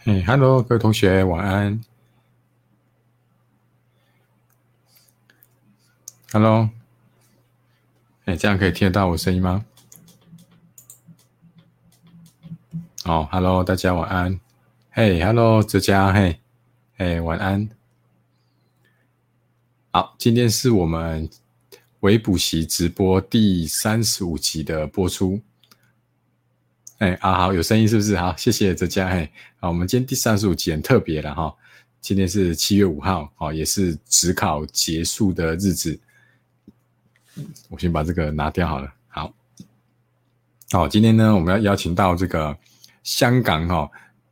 嘿，Hello，各位同学，晚安。Hello，哎，这样可以听得到我声音吗？哦，Hello，大家晚安。嘿，Hello，哲佳，嘿，嘿，晚安。好，今天是我们微补习直播第三十五集的播出。哎啊，好，有声音是不是？好，谢谢哲佳。嘿，啊好，我们今天第三十五集很特别了哈，今天是七月五号，哦，也是职考结束的日子。我先把这个拿掉好了。好，好，今天呢，我们要邀请到这个香港哈、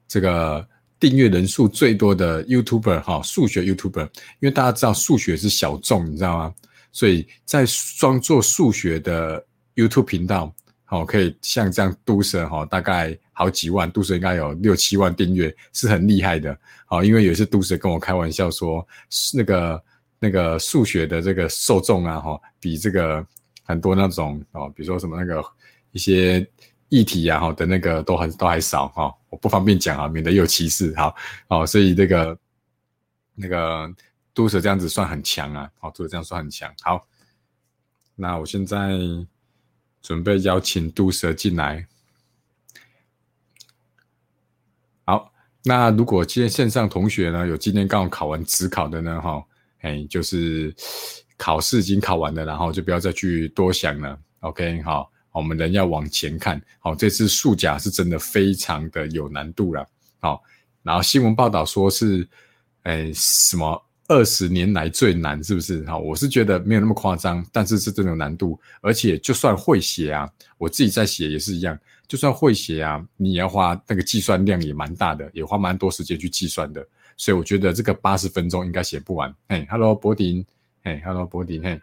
这个订阅人数最多的 YouTuber 哈、数学 YouTuber，因为大家知道数学是小众，你知道吗？所以在专做数学的 YouTube 频道，好、可以像这样都神哈、大概好几万，都神应该有六七万订阅，是很厉害的。好、因为有一次都神跟我开玩笑说，是那个那个数学的这个受众啊，哈、比这个很多那种哦，比如说什么那个一些议题啊，哈、的那个都还都还少哈、我不方便讲啊，免得有歧视。好，哦，所以这个那个都蛇这样子算很强啊，哦，都蛇这样算很强。好，那我现在准备邀请都蛇进来。好，那如果今天线上同学呢，有今天刚好考完职考的呢，哈、哎，就是考试已经考完了，然后就不要再去多想了。OK，好，我们人要往前看。好，这次数甲是真的非常的有难度了。好，然后新闻报道说是，哎，什么二十年来最难，是不是？好，我是觉得没有那么夸张，但是是真的有难度。而且就算会写啊，我自己在写也是一样，就算会写啊，你也要花那个计算量也蛮大的，也花蛮多时间去计算的。所以我觉得这个八十分钟应该写不完。嘿，Hello，博婷，嘿，Hello，博婷，嘿，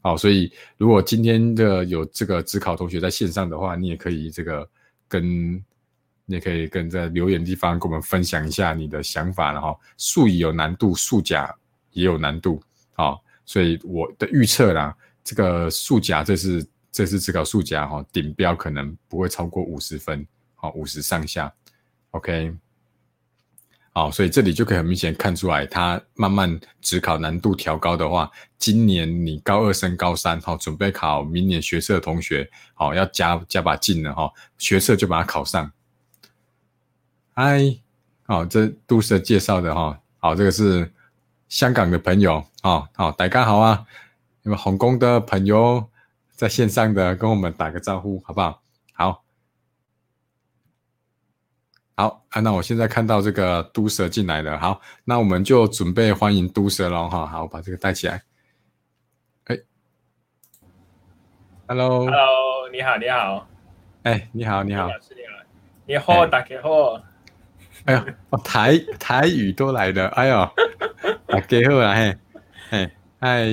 好，所以如果今天的有这个职考同学在线上的话，你也可以这个跟，你也可以跟在留言地方跟我们分享一下你的想法，然后数乙有难度，数甲也有难度，好、所以我的预测啦，这个数甲这次这次职考数甲哈、顶标可能不会超过五十分，好、五十上下，OK。哦，所以这里就可以很明显看出来，它慢慢只考难度调高的话，今年你高二升高三，哈、准备考明年学测的同学，好、要加加把劲了哈、学测就把它考上。嗨，哦，这都是介绍的哈、好、这个是香港的朋友，哦，好、大家好啊，你们红工的朋友在线上的跟我们打个招呼好不好？好，好啊，那我现在看到这个毒蛇进来了，好，那我们就准备欢迎毒蛇喽哈。好，我把这个带起来。哎，Hello， Hello，你好，你好，哎，你好，你好，老师你好，你好，哎大家好，哎呦，哦、台台语都来了，哎呦，大家好啊嘿，嘿，嗨，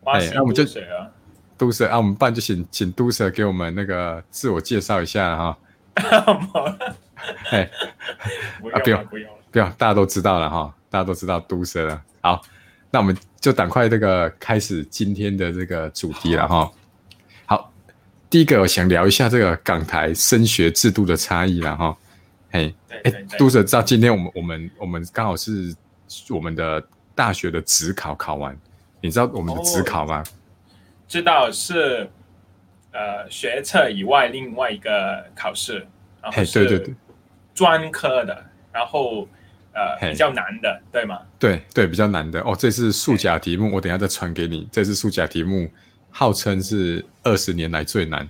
我是那我们就杜水啊，毒蛇啊，我们办就请请毒蛇给我们那个自我介绍一下哈。好了，哎，不 啊不用用 了，不用了，不要，大家都知道了哈，大家都知道毒蛇了。好，那我们就赶快这个开始今天的这个主题了哈。好，第一个我想聊一下这个港台升学制度的差异了哈。嘿，对哎对，读对，者知道今天我们我们我们刚好是我们的大学的职考考完，你知道我们的职考吗？哦知道是呃学测以外另外一个考试，然后嘿，对对对是专科的，然后呃嘿比较难的，对吗？对对，比较难的哦。这次数甲题目，我等一下再传给你。这次数甲题目号称是二十年来最难。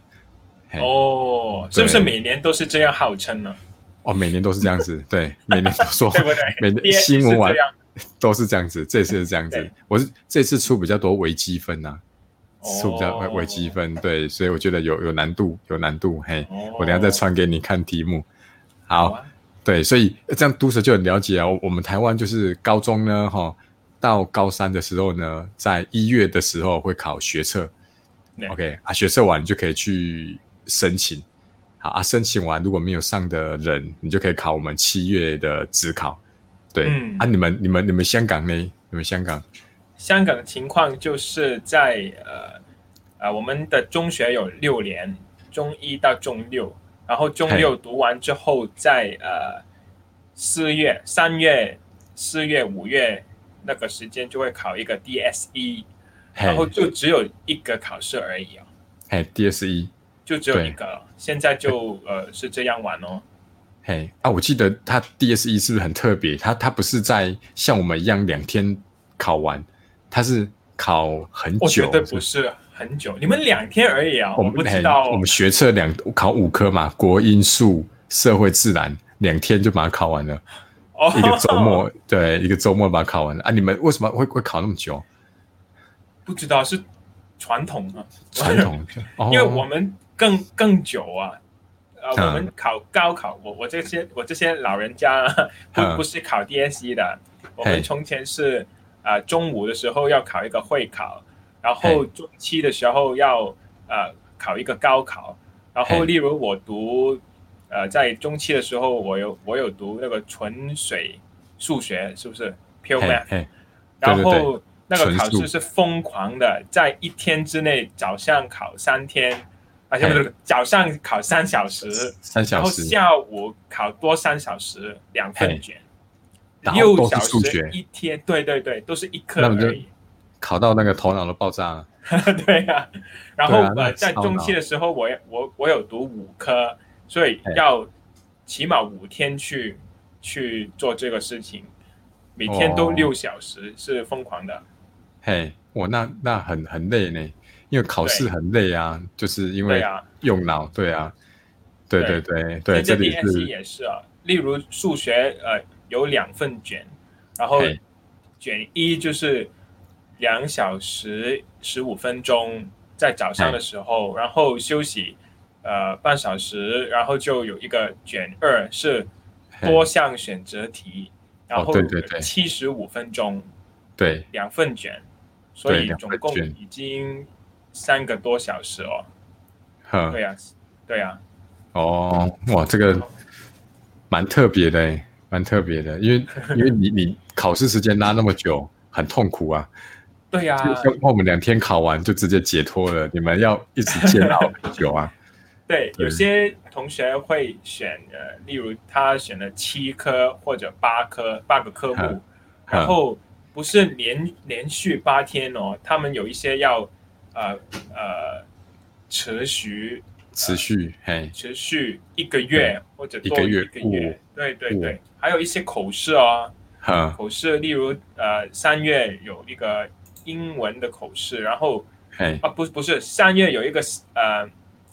嘿哦，是不是对每年都是这样号 称呢？哦，每年都是这样子，对，每年都说 对不对？每第年一次新闻完是这样都是这样子，这次是这样子对。我是这次出比较多微积分呐、出比较呃哦微积分，对，所以我觉得有有难度，有难度。嘿，哦我等一下再传给你看题目。好，啊对，所以这样读者就很了解啊。我我们台湾就是高中呢，哈，到高三的时候呢，在一月的时候会考学测对，OK 啊，学测完你就可以去申请，好啊，申请完如果没有上的人，你就可以考我们七月的职考，对、嗯啊，你们你们你们香港呢？你们香港香港情况就是在呃呃，我们的中学有六年，中一到中六，然后中六读完之后在呃四月、三月、四月、五月那个时间就会考一个 DSE，然后嘿，就只有一个考试而已哦，嘿，DSE，E 就只有对一个了。现在就呃是这样玩哦。嘿啊，我记得它 DSE E 是不是很特别？它它不是在像我们一样两天考完，它是考很我久觉，得是不是很久，你们两天而已啊，我我们不知嘿道我们学测两考五科嘛，国英数、社会自然，两天就把它考完 了，哦一个周末，对，一个周末把它考完了啊！你们为什么会会考那么久？不知道是传统啊，传统，哦 因为我们更更久啊，呃，嗯我们考高考，我我这些我这些老人家啊嗯不不是考 DSE 的，我嘿们从前是啊、呃中午的时候要考一个会考，然后嘿中期的时候要呃考一个高考，然后嘿例如我读呃在中期的时候，我有我有读那个纯水数学，是不是 pure 哦嘿 math？嘿对然对后那个纯考素试是疯狂的，在一天之内早上考三天，啊，不嘿是早上考三小时，三然小后时，下午考多三小时，两嘿份卷，然后六都是小数学时一天，对对对，都是一科那我就而已。 考到那个头脑都爆炸了。对呀、然对后、啊那呃，在烧中脑期的时候我，也我我有读五科，所以哎要起码五天去去做这个事情，每天都哦六小时，是疯狂的。嘿，我那那很很累呢，因为考试对很累啊，就是因对为呀、用脑，对啊，对对对对对，这在里 DSE 是也是啊，例如数学，呃，有两份卷，然后嘿卷一就是两小时十五分钟，在早上的时候，然后休息呃半小时，然后就有一个卷二是嘿哦多项选择题，然后对对对七十五分钟对两份卷，所对以两总份共卷已经三个多小时哦。呵对呀、啊对呀、哦哇，这个蛮特别的欸，蛮特别的， 因为因为你你考试时间拉那么久，很痛苦啊。对呀、就像我们两天考完就直接解脱了，你们要一直煎熬很久 啊。对，对有些同学会选呃，例如他选了七科或者八科八个科目嗯，然后不是连连续八天哦，他们有一些要呃呃持续持续嘿，持续一个月或者多一个于月一个月，对对哦对，还有一些口试哦，呵口试例如呃三月有一个英文的口试，然后嘿啊，不是不是，三月有一个呃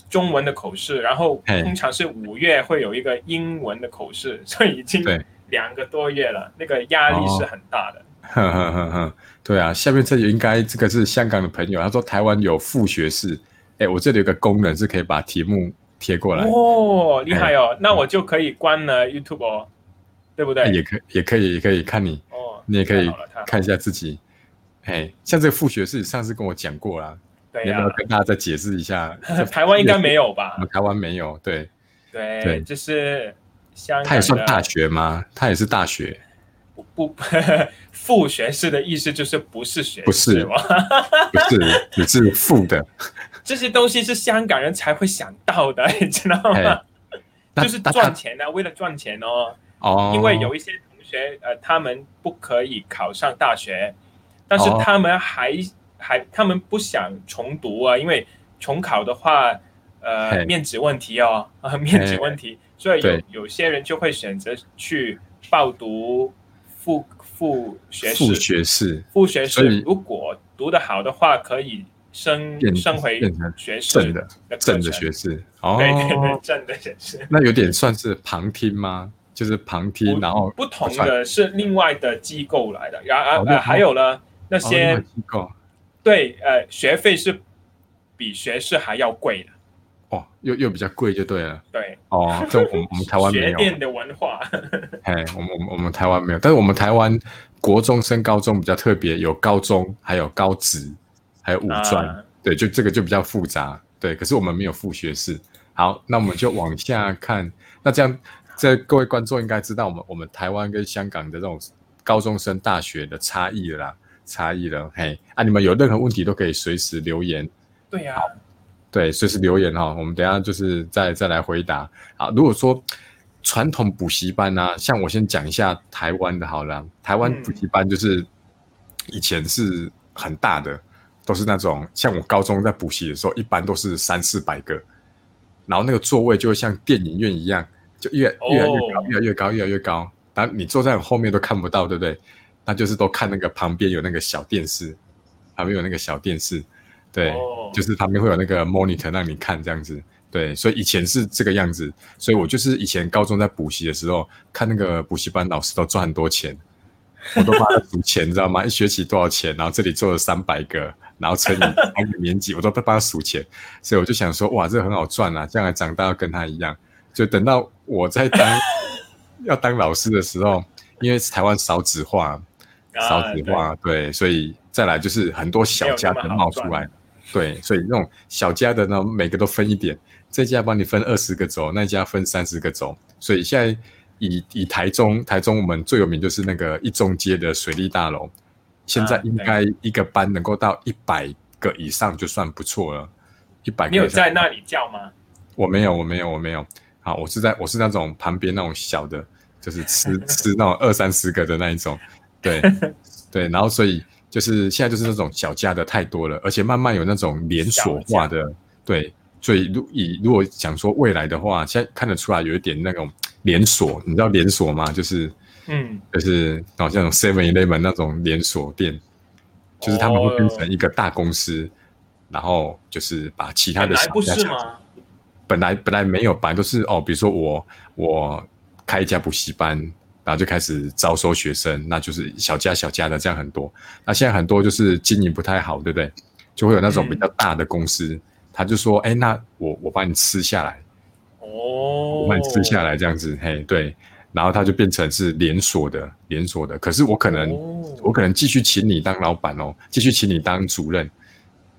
中文的口试，然后嘿通常是五月会有一个英文的口试，所以已经对哦两个多月了，那个压力是很大的。呵呵呵呵，对啊。下面这里应该这个是香港的朋友，他说台湾有复学式，哎，我这里有个功能是可以把题目贴过来，嗯哦，厉害哦！那我就可以关了 YouTube 哦，对不对？哎也可也可以也可以看你，哦，你也可以太好了太好了看一下自己。哎，像这个复学式，上次跟我讲过啦，对啊你要呀不要、跟大家再解释一下？ 台湾应该没有吧 我？们台湾没有，对，对，对就是香港的它也算大学吗？它也是大学，不不 副学士的意思就是不是学士哦不是吗？不 是，只是复的。这些东西是香港人才会想到的，你知道嘿吗？那就是那赚钱啊，为了赚钱哦。哦，因为有一些同学，呃，他们不可以考上大学，但是哦他们还、还他们不想重读啊，因为重考的话，呃嘿，面子问题哦， 啊、面子问题，所以对有有些人就会选择去报读副副学复士。学士副学所士以如果读得好的话，可以升变升回变成学士正的的正的课程学士哦，对对 对，正的也是那有点算是旁听吗？就是旁听，不然后哦不同算的是另外的机构来的，然而哦另呃外还有呢，那哦另些外机构对呃学费是比学士还要贵的，哦，又又比较贵就对了对，哦。这我们我们台湾没学有，店的文化，哎，我们我们我们台湾没有，但是我们台湾国中升高中比较特别，有高中，还有高职，还有五专，啊对，就这个就比较复杂，对。可是我们没有副学士。好，那我们就往下看。那这样，这各位观众应该知道我们我们台湾跟香港的这种高中生、大学的差异了啦，差异了。嘿，啊，你们有任何问题都可以随时留言，对啊呀、对，随时留言哈、我们等一下就是再再来回答。好，如果说传统补习班啊，像我先讲一下台湾的好了啊，台湾补嗯习班就是以前是很大的，都是那种像我高中在补习的时候，一般都是三四百个，然后那个座位就会像电影院一样，就越哦越来越高，越来越高，越来越高，然后你坐在后面都看不到，对不对？那就是都看那个旁边有那个小电视，旁边有那个小电视，对，哦就是旁边会有那个 monitor 让你看这样子。对，所以以前是这个样子，所以我就是以前高中在补习的时候，看那个补习班老师都赚很多钱，我都帮他数钱，你知道吗？一 学期多少钱？然后这里做了三百个，然后乘以三个年级，我都帮他数钱，所以我就想说，哇，这个很好赚啊，将来长大要跟他一样。就等到我在当要当老师的时候，因为台湾少子化，啊少子化，对，所以再来就是很多小家没有的那么好冒出来，对，所以那种小家的呢，每个都分一点，这家帮你分二十个轴，那家分三十个轴，所以现在以以台中，台中我们最有名就是那个一中街的水利大楼，现在啊应该一个班能够到一百个以上就算不错了，一百个你有以上在那里叫吗？我没有，我没有，我没有。好，我是在我是那种旁边那种小的，就是吃吃那种二三十个的那一种， 对对。然后所以就是现在就是那种小家的太多了，而且慢慢有那种连锁化的，对。所以如以如果想说未来的话，现在看得出来有一点那种连锁，你知道连锁吗？就是嗯，就是好像 Seven Eleven 那种连锁店，就是他们会哦变成一个大公司，然后就是把其他本的来小不家是加吗？本来本来没有，本来都是哦，比如说我我开一家补习班，然后就开始招收学生，那就是小家小家的这样很多。那现在很多就是经营不太好，对不对？就会有那种比较大的公司，他就说，哎，那我我把你吃下来，哦，我把你吃下来这样子，嘿，对。然后他就变成是连锁的，连锁的。可是我可能、哦我可能继续请你当老板哦，继续请你当主任，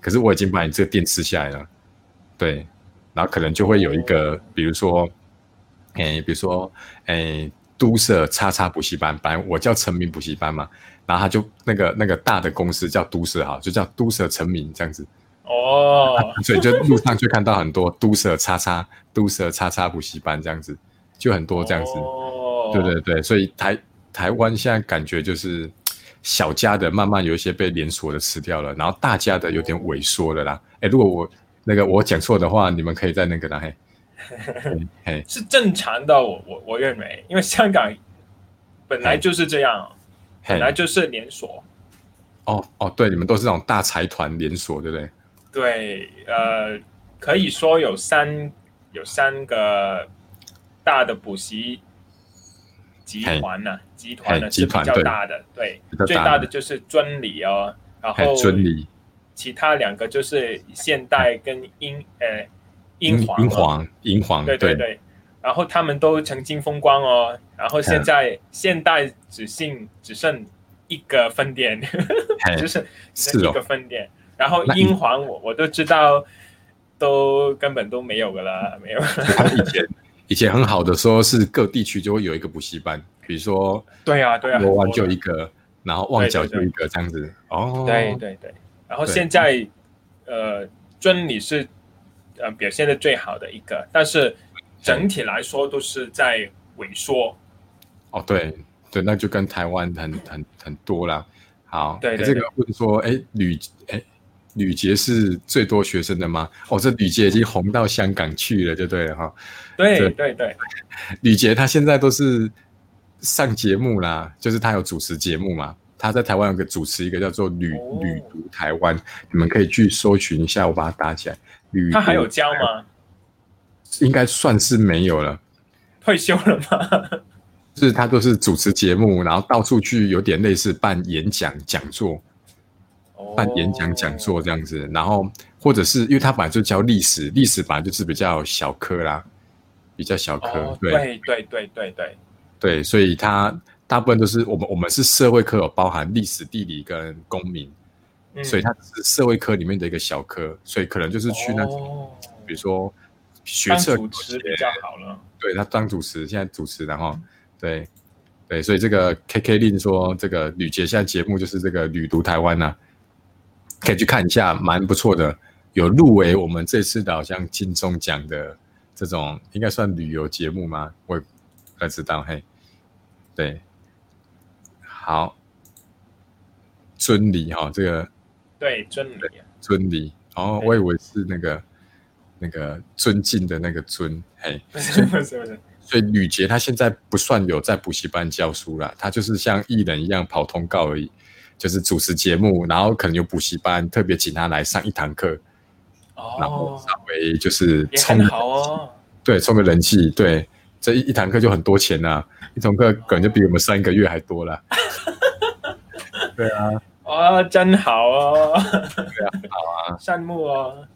可是我已经把你这个店吃下来了，对，然后可能就会有一个，比如说，哎，比如说，哎，都社叉叉补习班，本来我叫成名补习班嘛，然后他就那个那个大的公司叫都社哈，就叫都社成名这样子，哦，所以就路上就看到很多都社叉叉、都社叉叉补习班这样子，就很多这样子。哦对对对，所以台台湾现在感觉就是小家的慢慢有一些被连锁的吃掉了，然后大家的有点萎缩了嗯啦。哎，如果我那个我讲错的话，你们可以在那个 啦嘿，嘿嘿，是正常的，我我我认为，因为香港本来就是这样，本来嘿，就是连锁。哦哦，对，你们都是那种大财团连锁，对不哦对？对，呃，可以说有三有三个大的补习集团呢、集团呢嘿是集比团较大的，对，比较最大大的的就是尊理哦，然嘿后，尊理、其他两个就是现代跟英呃英英皇英哦皇、英皇，对对对，然后他们都曾经风光哦，然后现在、现代只剩只剩一个分店，嘿只 剩只是剩一哦个分店，然后那你英皇我我都知道，都根本都没有了啦，没有，他们以前以前很好的时候是各地区就会有一个补习班，比如说对啊对啊，罗湾很多就的一个，然后旺角对对就对一个这样子。哦，对对对，然后对现在哦呃，真理是呃表现的最好的一个，但是整体来说都是在萎缩。哦，对对，那就跟台湾很很很多啦。好，对诶对这个问说，哎，吕哎吕杰是最多学生的吗？哦，这吕杰已经红到香港去了，就对了哈。对对对对，吕杰他现在都是上节目啦，就是他有主持节目嘛。他在台湾有个主持一个叫做旅哦“旅读台湾”，你们可以去搜寻一下，我把它打起来。旅他还有读教吗？应该算是没有了，退休了 吗？就是他都是主持节目，然后到处去，有点类似办演讲讲座，办演哦讲讲座这样子，然后或者是因为他本来就教历史，历史本来就是比较小科啦，比较小科，哦，对对对对对对，对所以他大部分都是我们我们是社会科有包含历史、地理跟公民，嗯所以他只是社会科里面的一个小科，所以可能就是去那种、哦比如说学当测主持比较好了。对他当主持，现在主持，然后对对，所以这个 KK 令说，这个吕杰现在节目就是这个旅读台湾呐、可以去看一下，蛮不错的，有入围我们这次的好像金钟奖的这种，应该算旅游节目吗？我不太知道，嘿，对，好，尊理哈、这个对，真理。尊理，哦，对我以为是那个那个尊敬的那个尊，嘿，不是不是不是，所以吕杰他现在不算有在补习班教书啦，他就是像艺人一样跑通告而已，就是主持节目，然后可能有补习班特别请他来上一堂课，然后哦，稍微就是也冲很好哦。对，充个人气，对，这一一堂课就很多钱啦、一堂课可能就比我们上一个月还多了。对啊， 哦，真好哦。好 啊，善慕哦。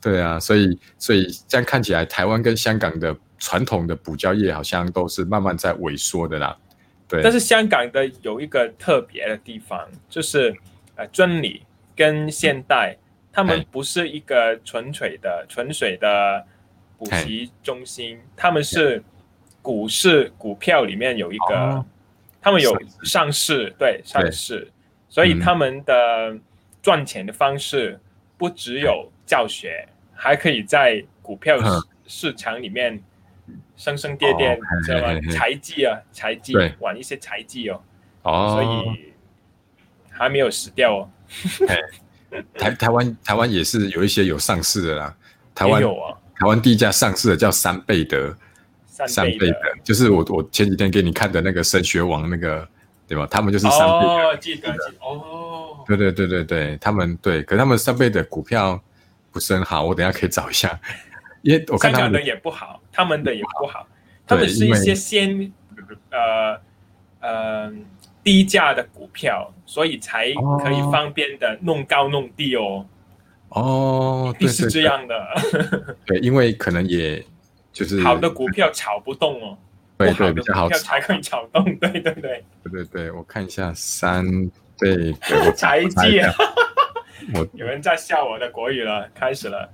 对啊，所以所以这样看起来，台湾跟香港的传统的补教业好像都是慢慢在萎缩的啦。对，但是香港的有一个特别的地方，就是呃，真理跟现代，他们哎不是一个纯粹的、纯粹的补习中心，他们是股市股票里面有一个哦，他们有上市上市，对上市，所以嗯他们的赚钱的方式不只有教学，还可以在股票嗯市市场里面升升跌跌哦，嘿知道嘿吗嘿？嘿财技啊，财技对玩一些财技哦，所哦，以还没有死掉哦，台台湾台湾也是有一些有上市的啦。台也湾有哦，台湾第一家上市的叫三倍德，三三倍倍德就是我我前几天给你看的那个升学网那个，对吧？他们就是三倍德。哦，记得记得哦，对对对对对，他们对，可是他们三倍的股票不是很好，我等一下可以找一下， 因为我看香他港们的的也不好，他们的也不好，他对们是一因为些先呃呃低价的股票，所以才哦可以方便的弄高弄低哦，哦，你对是对这对样的，对，因为可能也就是好的股票炒不动哦，对不好对的比股较好票炒，才可以炒动，对对对，对对对，我看一下三倍的我才我查一记啊下， 我有人在笑我的国语了，开始了，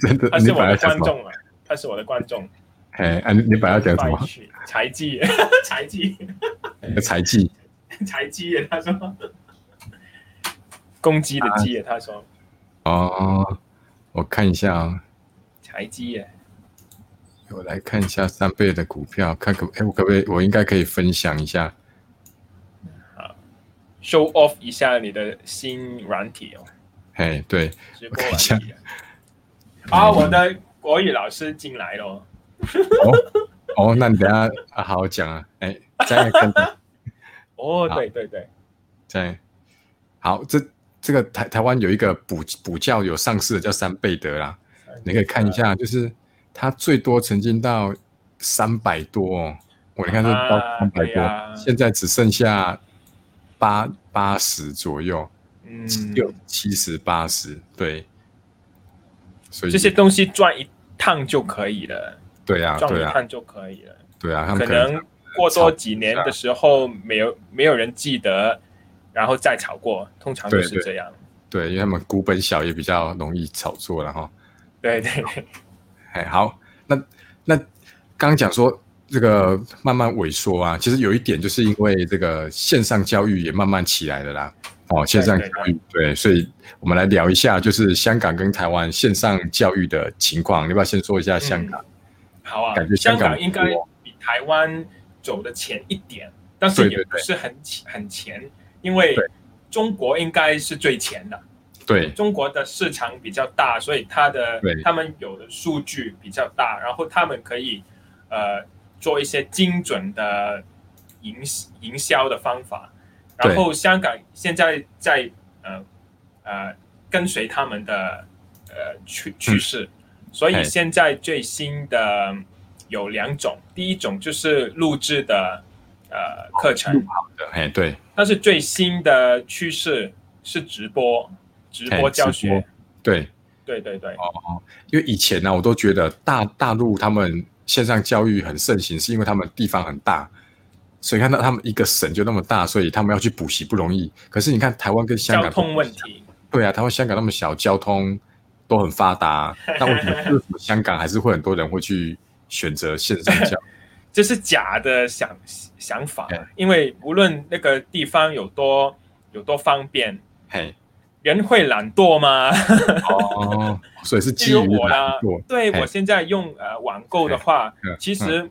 真的他你是我本来的讲观什么？众啊，他是我的观众，哎啊，你你本来要讲什拜么？去？才 记，才记。你的财技才鸡耶，他说。公鸡的鸡耶，他说哦，我看一下哦，才鸡耶。我来看一下三倍的股票，看可哎，我可不可以？我应该可以分享一下。 show off 一下你的新软体哦，嘿，对，直播 软体啊。啊，我的国语老师进来了哦，哦， 那你等一下啊好好讲啊，哎，再跟哦，好对对对， 再好，这这个台台湾有一个补补教有上市的叫三倍德啦，你可以看一嗯下，就是它最多曾经到三百多哦，我你看是到啊三百对啊多，现在只剩下八八十左右，嗯，六七十八十，对，所以这些东西转一趟就可以了，对啊转对一啊趟就可以了。对啊，他可们可能能过多几年的时候，没有没有人记得，然后再炒过，通常都对是对这样。对，因为他们股本小也比较容易炒作了哈。对对对，哎，好，那那刚刚讲说这个慢慢萎缩啊，其实有一点就是因为这个线上教育也慢慢起来了啦。哦，线上教育对，所以我们来聊一下，就是香港跟台湾线上教育的情况。你要不要先说一下香港？好啊，感觉香香港应该比台湾走的前一点，但是对也对不对是很前很前，因为对中国应该是最前的。对中国的市场比较大，所以它的对他们有的数据比较大，然后他们可以呃做一些精准的营营销的方法。然对后香港现在在呃呃跟随他们的呃趋趋势，所以哎现在最新的有两种，第一种就是录制的呃课程，的，哎对但是最新的趋势是直播，直播嘿教直学播。对，对对对，哦因为以前呢、我都觉得大大陆他们线上教育很盛行，是因为他们地方很大，所以看到他们一个省就那么大，所以他们要去补习不容易。可是你看台湾跟香交港通问题，对啊，台湾、香港那么小，交通都很发达，那为什么为什么香港还是会很多人会去选择线上教育？这是假的想想法对，因为无论那个地方有多有多方便，嘿，人会懒惰吗？哦，所以是基 例如于我懒啦惰，对嘿我现在用呃网购的话嗯，其实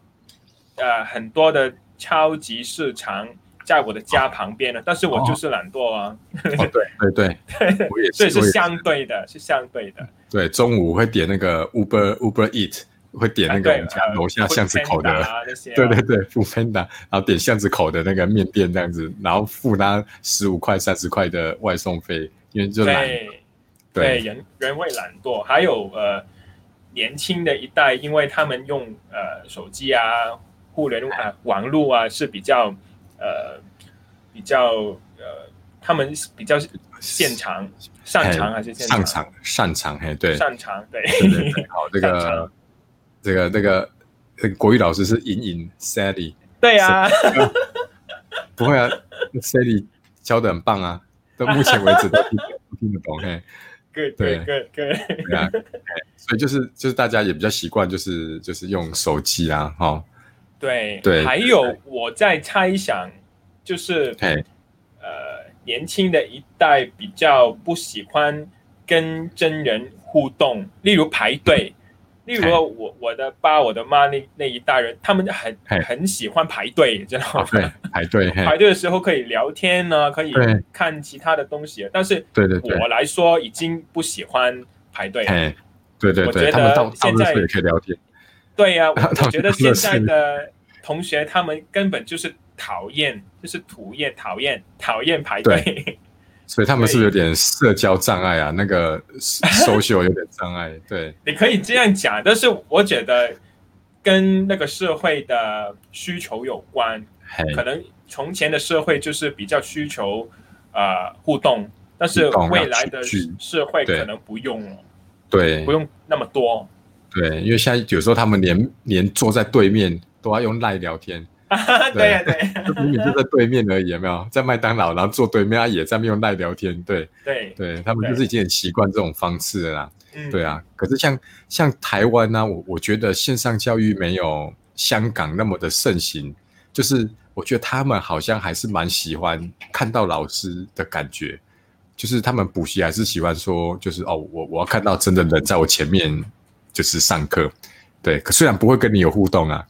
呃很多的超级市场在我的家旁边的，但是我就是懒惰啊，哦，对对对，我也哦所以是，我是也相对的，是相对的。对，中午会点那个 Uber Uber Eat，会点那个啊我们家对楼下呃巷子口的 Foodpanda 啊那些啊，对对对， 付 p a 然后点巷子口的那个面店这样子，然后付他十五块、三十块的外送费，因为就懒。对对，人人为懒惰，还有呃年轻的一代，因为他们用呃手机啊、互联网、啊、网络啊是比较呃比较呃，他们是比较擅长擅长还是现擅长擅长，嘿，对，擅长对对对对，好，这擅长个这个这个这个国语老师是莹莹 Sally， 对啊，不会啊 ，Sally 教的很棒啊，到目前为止都听得都听得懂，嘿， good 对 good good good，对啊，嘿所以就是就是大家也比较习惯，就是就是用手机啊，哈，对对还有我在猜想就是嘿，呃年轻的一代比较不喜欢跟真人互动，例如排队，例如嘿我我的爸我的妈那那一代人，他们很嘿很喜欢排队，知道啊吗？哎对，排队，嘿，排队的时候可以聊天呢、可以对看其他的东西，啊但是对对对，哎我来说已经不喜欢排队了。嘿，对对我觉对，得他们到到现那在时候也可以聊天，对呀、我他我们觉得真的现在是的同学他们根本就是讨厌，就是讨厌讨厌讨厌排队。所以他们是不是有点社交障碍啊，那个 social 有点障碍，对，你可以这样讲，但是我觉得跟那个社会的需求有关。嘿，可能从前的社会就是比较需求呃互动，但是互动未来的要群聚社会对可能不用了，对不，用那么多。对，因为现在有时候他们连连坐在对面都要用赖聊天， 对呀、对啊呀、就明明就在对面而已，有没有？在麦当劳，然后坐对面，他啊也在用赖聊天，对对，对，他们就是已经很习惯这种方式了啦。嗯，对啊，可是像像台湾呢、我我觉得线上教育没有香港那么的盛行，就是我觉得他们好像还是蛮喜欢看到老师的感觉，就是他们补习还是喜欢说，就是哦，我我要看到真的人在我前面就是上课，对，可虽然不会跟你有互动啊，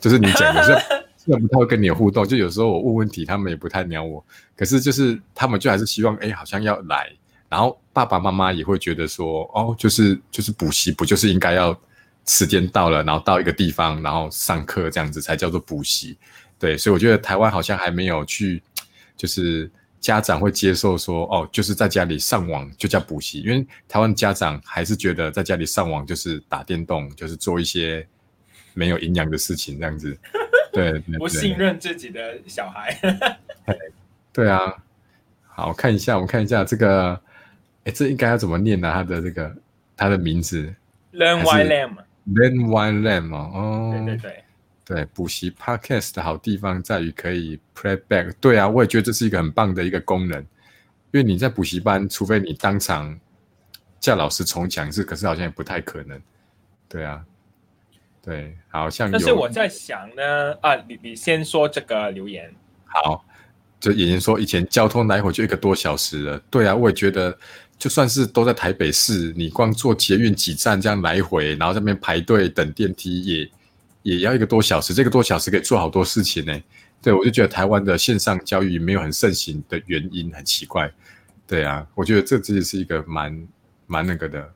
就是你讲的是。虽然不太会跟你有互动，就有时候我问问题，他们也不太鸟我。可是就是他们就还是希望，哎、好像要来，然后爸爸妈妈也会觉得说，哦，就是就是补习不就是应该要时间到了，然后到一个地方，然后上课这样子才叫做补习。对，所以我觉得台湾好像还没有去，就是家长会接受说，哦，就是在家里上网就叫补习，因为台湾家长还是觉得在家里上网就是打电动，就是做一些没有营养的事情这样子。对，对对不信任自己的 小孩。对啊，好看一下，我们看一下这个，哎，这应该要怎么念呢、啊？他的这个他的名字 Learn 还 why 是 lamb， Len Wan Lam 哦，哦对对对，对补习 Podcast 的好地方在于可以 playback。对啊，我也觉得这是一个很棒的一个功能，因为你在补习班，除非你当场叫老师重讲一次，可是好像也不太可能。对啊，对，好嗯像有。但是我在想呢，啊，你你先说这个留言，好，就也就是说，以前交通来回就一个多小时了。对啊，我也觉得，就算是都在台北市，你光坐捷运几站这样来回，然后在那边排队等电梯也，也要一个多小时。这个多小时可以做好多事情呢、对，我就觉得台湾的线上教育没有很盛行的原因很奇怪。对啊，我觉得这其实是一个蛮蛮那个的，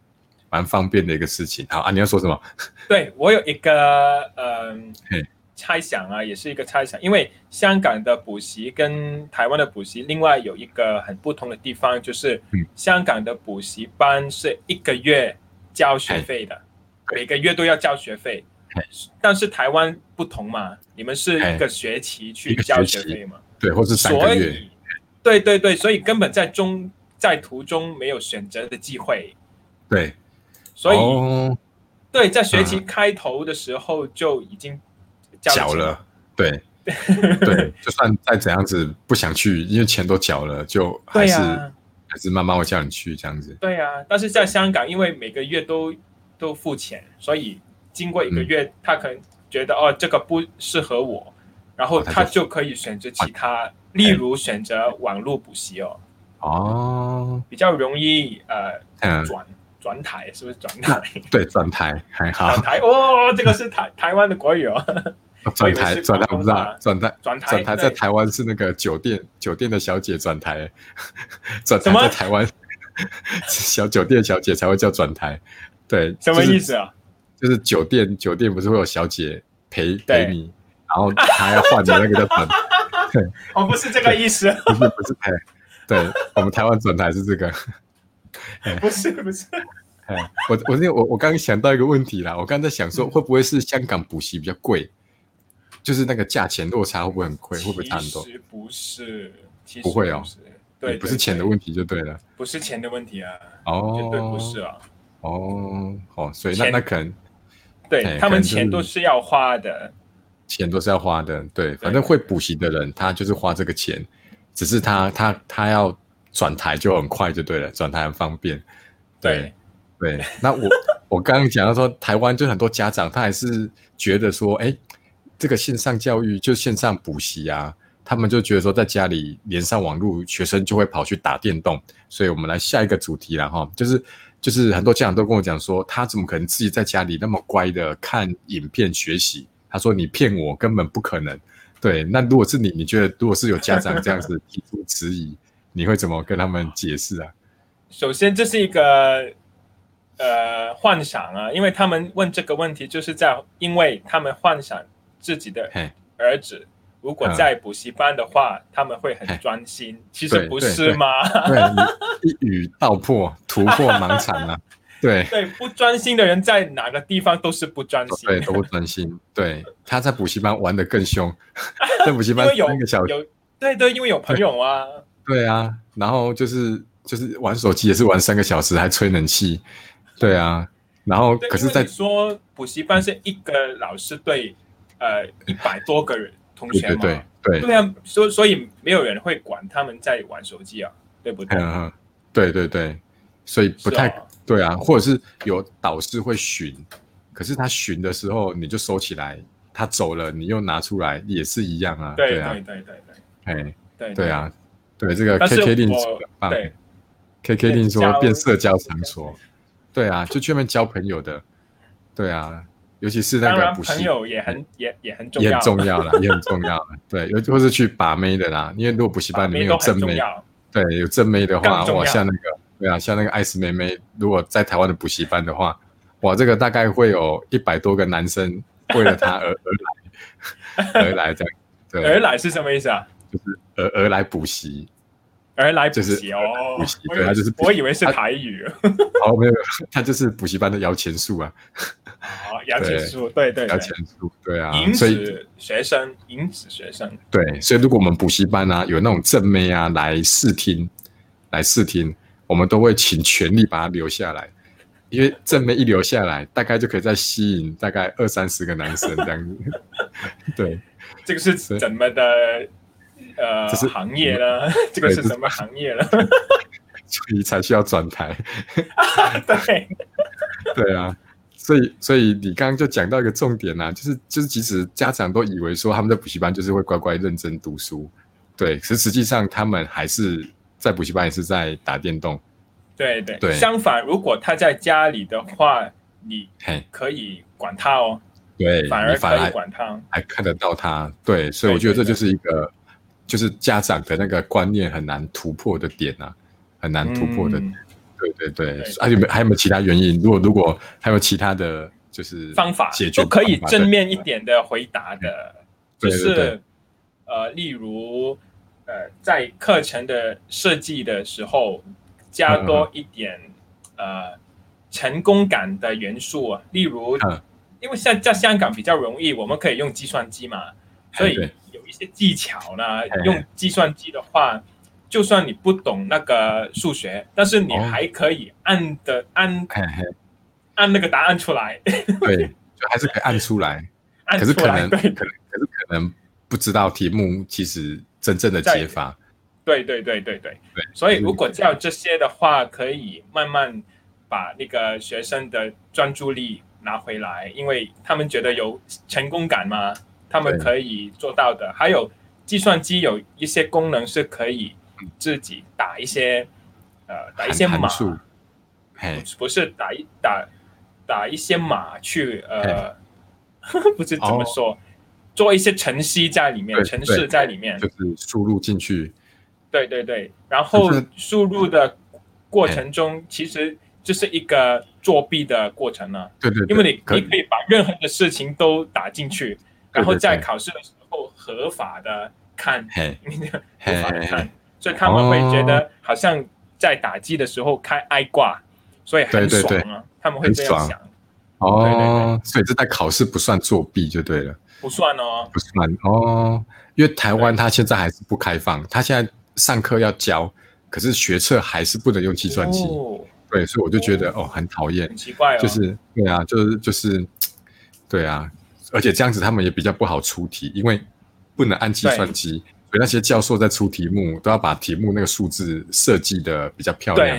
蛮方便的一个事情。好啊，你要说什么？对我有一个嗯、嘿猜想啊，也是一个猜想，因为香港的补习跟台湾的补习，另外有一个很不同的地方，就是嗯香港的补习班是一个月交学费的，嘿每个月都要交学费嘿，但是台湾不同嘛，你们是一个学期去一个学交学期费嘛，对，或是三所个月？以，对对对，所以根本在中在途中没有选择的机会，对，所以、哦、对，在学期开头的时候就已经嗯交缴钱了，对 对，就算再怎样子不想去，因为钱都缴了，就还对啊是、呀、还是慢慢会叫你去这样子。对呀、但是在香港，因为每个月都都付钱，所以经过一个嗯月，他可能觉得哦，这个不适合我，然后哦他就他就可以选择其他，例如选择网络补习哦，哦，比较容易呃嗯，转转台，是不是转台？对，转台还好转，台哦，这个是台台湾的国语哦。 转台我以为是转台不广是东啊话转台转台转台那在台湾是那个酒店酒店的小姐转台， 转台什么在台湾 小酒店小姐才会叫转台，对，什么就是意思啊？就是酒店酒店不是会有小姐陪对陪你，然后她要换的那个叫转，哦，不是这个意思，不是不是陪，对我们台湾转台是这个。不是不是，哎，我我那我我刚刚想到一个问题啦，我刚才在想说嗯会不会是香港补习比较贵，就是那个价钱落差会不会很贵，会不会差很多其？实不是，其实不会哦是，对，也不是钱的题，问题就对了。对不是钱的问题啊，哦，绝对不是啊。哦哦，所以那钱那可能对哎他可能们就是钱都是要花的，钱都是要花的，对，反正会补习的人他就是花这个钱，只是他他他要转台就很快就对了，转台很方便，对对，那我我刚刚讲到说，台湾就很多家长他还是觉得说，哎，这个线上教育就线上补习啊，他们就觉得说在家里连上网络，学生就会跑去打电动。所以我们来下一个主题了哈，就是就是很多家长都跟我讲说，他怎么可能自己在家里那么乖的看影片学习？他说你骗我，根本不可能。对，那如果是你，你觉得如果是有家长这样子提出质疑，你会怎么跟他们解释啊？首先这是一个呃幻想啊，因为他们问这个问题，就是在因为他们幻想自己的嘿，儿子如果嗯在补习班的话，他们会嘿很专心，其对实不对是对吗？ 对，你一语道破，突破盲场啊！ 对，对，不专心的人在哪个地方都是不专心，对，都不专心。对，他在补习班玩的更 凶，在补习因班为有三个小时，有对对，因为有朋友啊，对啊，然后就是就是玩手机也是玩三个小时，还吹冷气，对啊，然后对，可是因为在你说补习班是一个老师对呃一百多个人同对学对嘛，对对，对啊，所所以没有人会管他们在玩手机啊，对不对？嗯，对对对，所以不是太啊对啊，或者是有导师会巡，可是他巡的时候你就收起来，他走了你又拿出来也是一样啊，对啊对，对对对哎，对对，啊，对这个但是 KK 令我说得棒对，K K 令说社交变社交场所，对啊，就去那边交朋友的，对啊，尤其是那当个然补朋习友也很也也很重也要很，重要啦，也很重要啦，对，尤或是去把妹的啦，因为如果补习班里面每有都啊很正重妹，要，对，有正妹的话，更重哇，要像那个对啊，像那个艾斯妹妹，如果在台湾的补习班的话，哇，这个大概会有一百多个男生为了她而而来， 而来这样，而 对，来是什么意思啊？而而来补习，而来补就是习哦，补习我对以他为就是补习啊我以为是台语 哦，没有，她就是补习班的摇钱树啊，啊，杨姐书，对对摇对，钱树，对啊引，所以子学生，引子学生，对，所以如果我们补习班啊有那种正妹啊来试听，来试听，我们都会请全力把她留下来，因为正妹一留下来，大概就可以再吸引大概二三十个男生这样子。 对，这个是是怎么的？呃这是，行业呢？ 这个是什么行业呢？所以才需要转台。对， 对啊，所以所以你刚刚就讲到一个重点啦、就是就是即使家长都以为说他们在补习班就是会乖乖认真读书，对，可是实际上他们还是在补习班也是在打电动。 对对对相反，如果他在家里的话，你嘿，可以管他哦，对，反你而反可而以管他。还看得到他，对，所以我觉得这就是一个，就是家长的那个观念很难突破的点啊，很难突破的，嗯对对对啊对。还有没还有没有其他原因？如果如果还有其他的，就是方法解决都可以方法正面一点的回答的，对就对对是呃，例如呃，在课程的设计的时候加嗯多一点呃成功感的元素啊，例如嗯，因为像在香港比较容易，我们可以用计算机嘛，所以哎对有一些技巧呢哎，用计算机的话。就算你不懂那个数学，但是你哦还可以按的、按嘿嘿按那个答案出来， 对，就还是可以按出来，按可是出可来，能可对能可是可能不知道题目其实真正的解法，对对对对对对所以如果照这些的话，可以慢慢把那个学生的专注力拿回来，因为他们觉得有成功感嘛，他们对可以做到的。还有计算机有一些功能是可以自己打一些呃打一些函码函，数，嘿，不是打一 打打一些码去呃，不知怎么哦说，做一些晨曦在里面，对程式在里面。就是输入进去，对对对，然后就是哎输入的过程中，其实就是一个作弊的过程了、对对对，因为你可你可以把任何的事情都打进去，然后对对在对考试的时候合法的看，嘿你的合嘿法嘿的嘿看，所以他们会觉哦得好像在打击的时候开挨挂，所以很对对爽啊，对他们会这很爽样想，对对哦，所以这在考试不算作弊就对了。不算哦，不算哦，因为台湾它现在还是不开放，它现在上课要教，可是学测还是不能用计算机，哦对，所以我就觉得哦哦很讨厌很，奇怪哦，就是对啊，就是就是对啊，而且这样子他们也比较不好出题，因为不能按计算机，所以那些教授在出题目都要把题目那个数字设计的比较漂亮，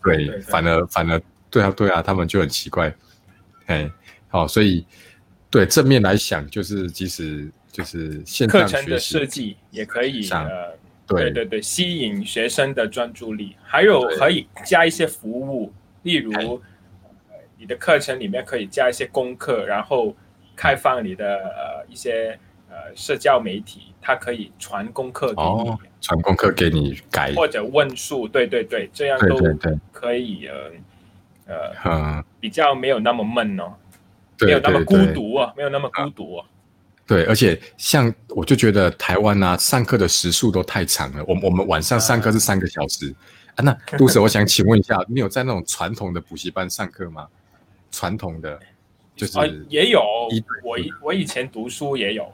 对对，对反而反而对啊对啊，他们就很奇怪，哎，好、所以对正面来想，就是即使就是线课上程学的习设，计也可以上呃。对对对对，吸引学生的专注力，还有对可以加一些服务，例如哎呃你的课程里面可以加一些功课，然后开放你的呃一些呃社交媒体，它可以传功课给你，哦传功课给你改，或者问数，对对对，这样对都对对，可以呃呃嗯，比较没有那么闷哦，没对有那么对孤对独啊，没有那么孤独啊，对，而且像我就觉得台湾啊，上课的时数都太长了，我们我们晚上上课是三个小时啊。 那杜 Sir，我想请问一下，你有在那种传统的补习班上课吗？传统的，就是、啊也有一对，我一以我以前读书也有。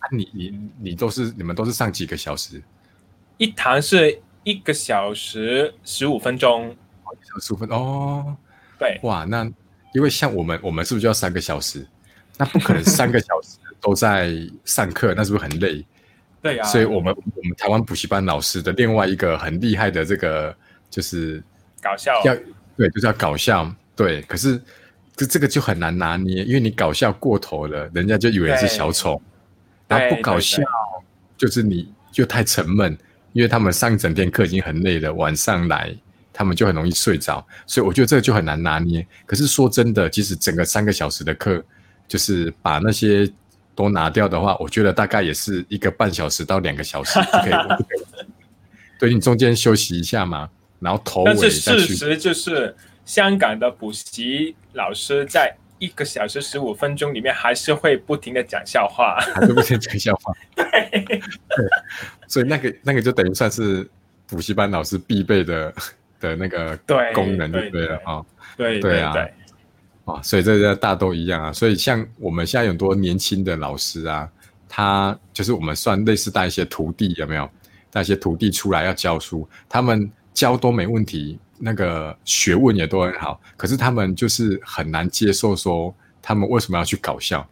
啊你你你都是你们都是上几个小时？一堂是一个小时十五分钟，小十五分哦，对，哇，那因为像我们，我们是不是就要三个小时？那不可能三个小时都在上课，那是不是很累？ 对呀、啊，所以我们我们台湾补习班老师的另外一个很厉害的这个就是搞笑要对，就是要搞笑，对。可是这这个就很难拿捏，因为你搞笑过头了，人家就以为你是小丑，对然后不搞对对笑，就是你就太沉闷，因为他们上一整天课已经很累了，晚上来他们就很容易睡着，所以我觉得这个就很难拿捏。可是说真的，即使整个三个小时的课，就是把那些。都拿掉的话，我觉得大概也是一个半小时到两个小时就可以就可以 完成。对你中间休息一下嘛，然后头尾但是再事去实就是，香港的补习老师在一个小时十五分钟里面还是会不停的讲笑话， 还是不先讲笑话。对，所以那个那个就等于算是补习班老师必备的的那个对功能就对对了对啊啊、对对对啊哦所以这个大都一样啊。所以像我们现在有很多年轻的老师啊，他就是我们算类似带一些徒弟有没有？带一些徒弟出来要教书，他们教都没问题，那个学问也都很好，可是他们就是很难接受说他们为什么要去搞笑，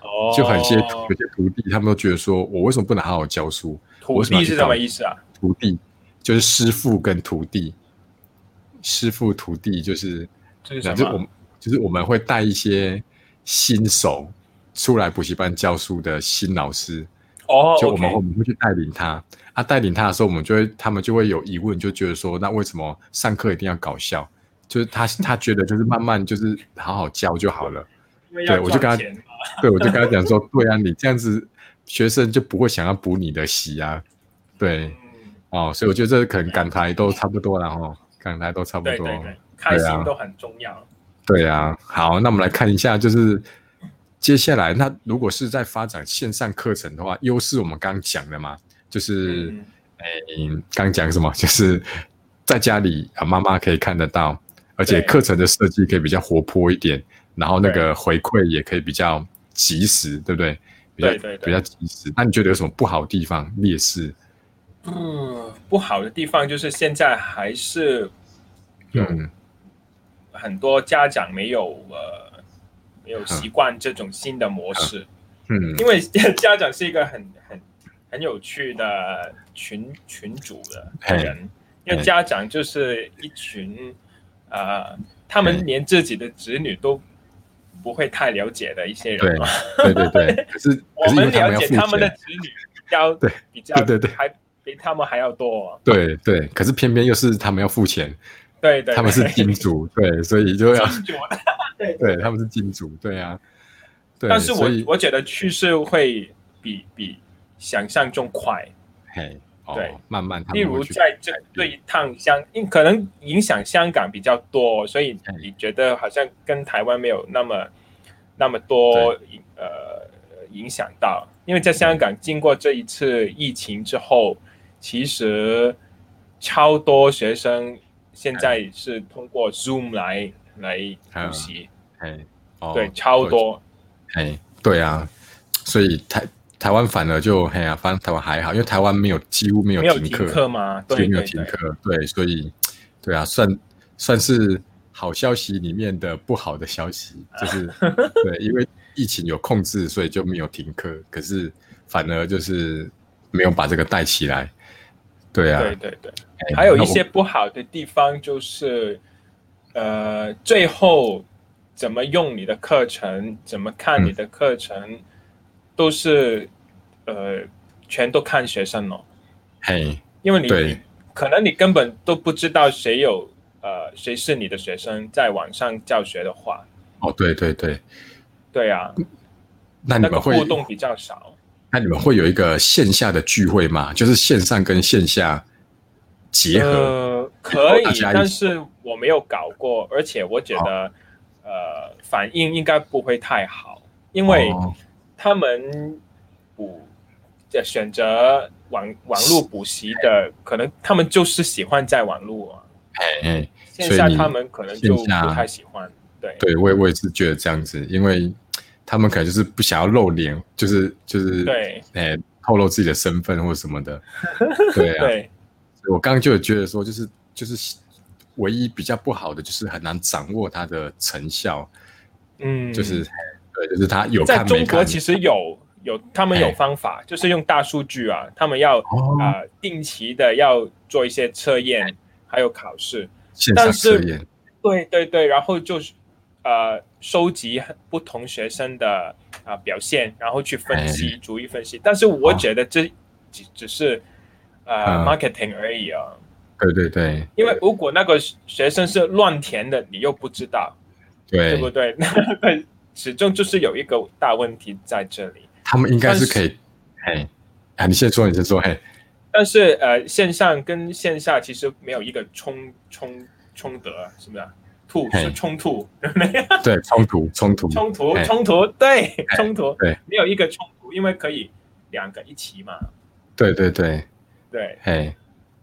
哦，就很些有些徒弟他们都觉得说我为什么不能好好教书？土地是什么意思啊？徒弟，就是师傅跟徒弟，师傅徒弟就是，这是反什正我么？们就是我们会带一些新手出来补习班教书的新老师，哦，就我们 OK 我们会去带领他，啊，带领他的时候，我们就会他们就会有疑问，就觉得说，那为什么上课一定要搞笑？就是他他觉得就是慢慢就是好好教就好了。因为要对我就跟他赚钱嘛 对，我就跟他讲说，对啊，你这样子学生就不会想要补你的习啊，对。嗯哦，所以我觉得这可能港台都差不多了哈，港台都差不对多。对对，开心都很重要。对啊，好，那我们来看一下，就是接下来那如果是在发展线上课程的话，优势我们刚刚讲的嘛，就是嗯，嗯，刚讲什么？ 就是在家里啊，妈妈可以看得到，而且对课程的设计可以比较活泼一点，然后那个回馈也可以比较及时，对不对？比较对对对比较及时。那你觉得有什么不好的地方、劣势？嗯，不好的地方就是现在还是有嗯，很多家长没有呃没有习惯这种新的模式，嗯因为家长是一个很很很有趣的群群主的人，因为家长就是一群呃，嘿他们连自己的子女都不会太了解的一些人嘛， 对对对。可是可我是因为们他们了要解付他钱们的。子女比 较对比较对对对还比他们还要多、哦，对对，可是偏偏又是他们要付钱，对对，他们是对金主， 对，所以就要金主，对他们是金主，对啊，对，但是我所以我觉得趋势会比比想象中快。嘿，哦对，慢慢他例们如会去，在这这一趟香，因可能影响香港比较多，所以嗯你觉得好像跟台湾没有那么那么多影呃影响到，因为嗯在香港经过这一次疫情之后，其实超多学生哎现在是通过 Zoom 来来复习，嘿，啊哦，对，超多，嘿，对啊，所以台台湾反而就嘿啊，反正台湾还好，因为台湾没有几乎没有没有停停课，课吗？几对乎没有对停对，课，对，所以对啊，算算是好消息里面的不好的消息，就是 对，因为疫情有控制，所以就没有停课，可是反而就是没有把这个带起来，对啊，对对对。嘿还有那一我些不好的地方就是，呃，最后怎么用你的课程，怎么嗯看你的课程，都是呃，全都看学生哦，嘿，因为你对可能你根本都不知道谁有呃谁是你的学生，在网上教学的话，哦，对对对，对啊，那你那个们会互动比较少。那你们会有一个线下的聚会吗？就是线上跟线下 结合，呃，可以大家一起，但是我没有搞过，而且我觉得呃反应应该不会太好，因为。哦他们补呃选择网网络补习的，可能他们就是喜欢在网络啊，哎哎，所以线下你他们可能就线下不太喜欢。对对我也我也是觉得这样子，因为他们可能就是不想要露脸，就是就是对哎透露自己的身份或什么 的，对啊，对我刚刚就有觉得说，就是就是唯一比较不好的就是很难掌握它的成效，嗯，就是、对，就是他有在看中没国看，其实有有他们有哎方法，就是用大数据啊，他们要哦哎啊定期的要做一些测验，还有考试。线上但是测验，对对对，然后就是呃，收集不同学生的啊、表现，然后去分哎析，逐一分析。但是我觉得这只只是呃哦嗯 marketing 而已啊，对对对因为如果那个学生是乱填的，你又不知道，对不对，对？ 那个始终就是有一个大问题在这里。他们应该是但是可以，哎啊，你先说，你先说，嘿。但是呃，线上跟线下其实没有一个冲冲冲突，是不是啊？突嘿是冲突，对，冲突，冲突，冲突，哎冲突，对，冲突，对，没有一个冲突，因为可以两个一起嘛，对对对，对，嘿，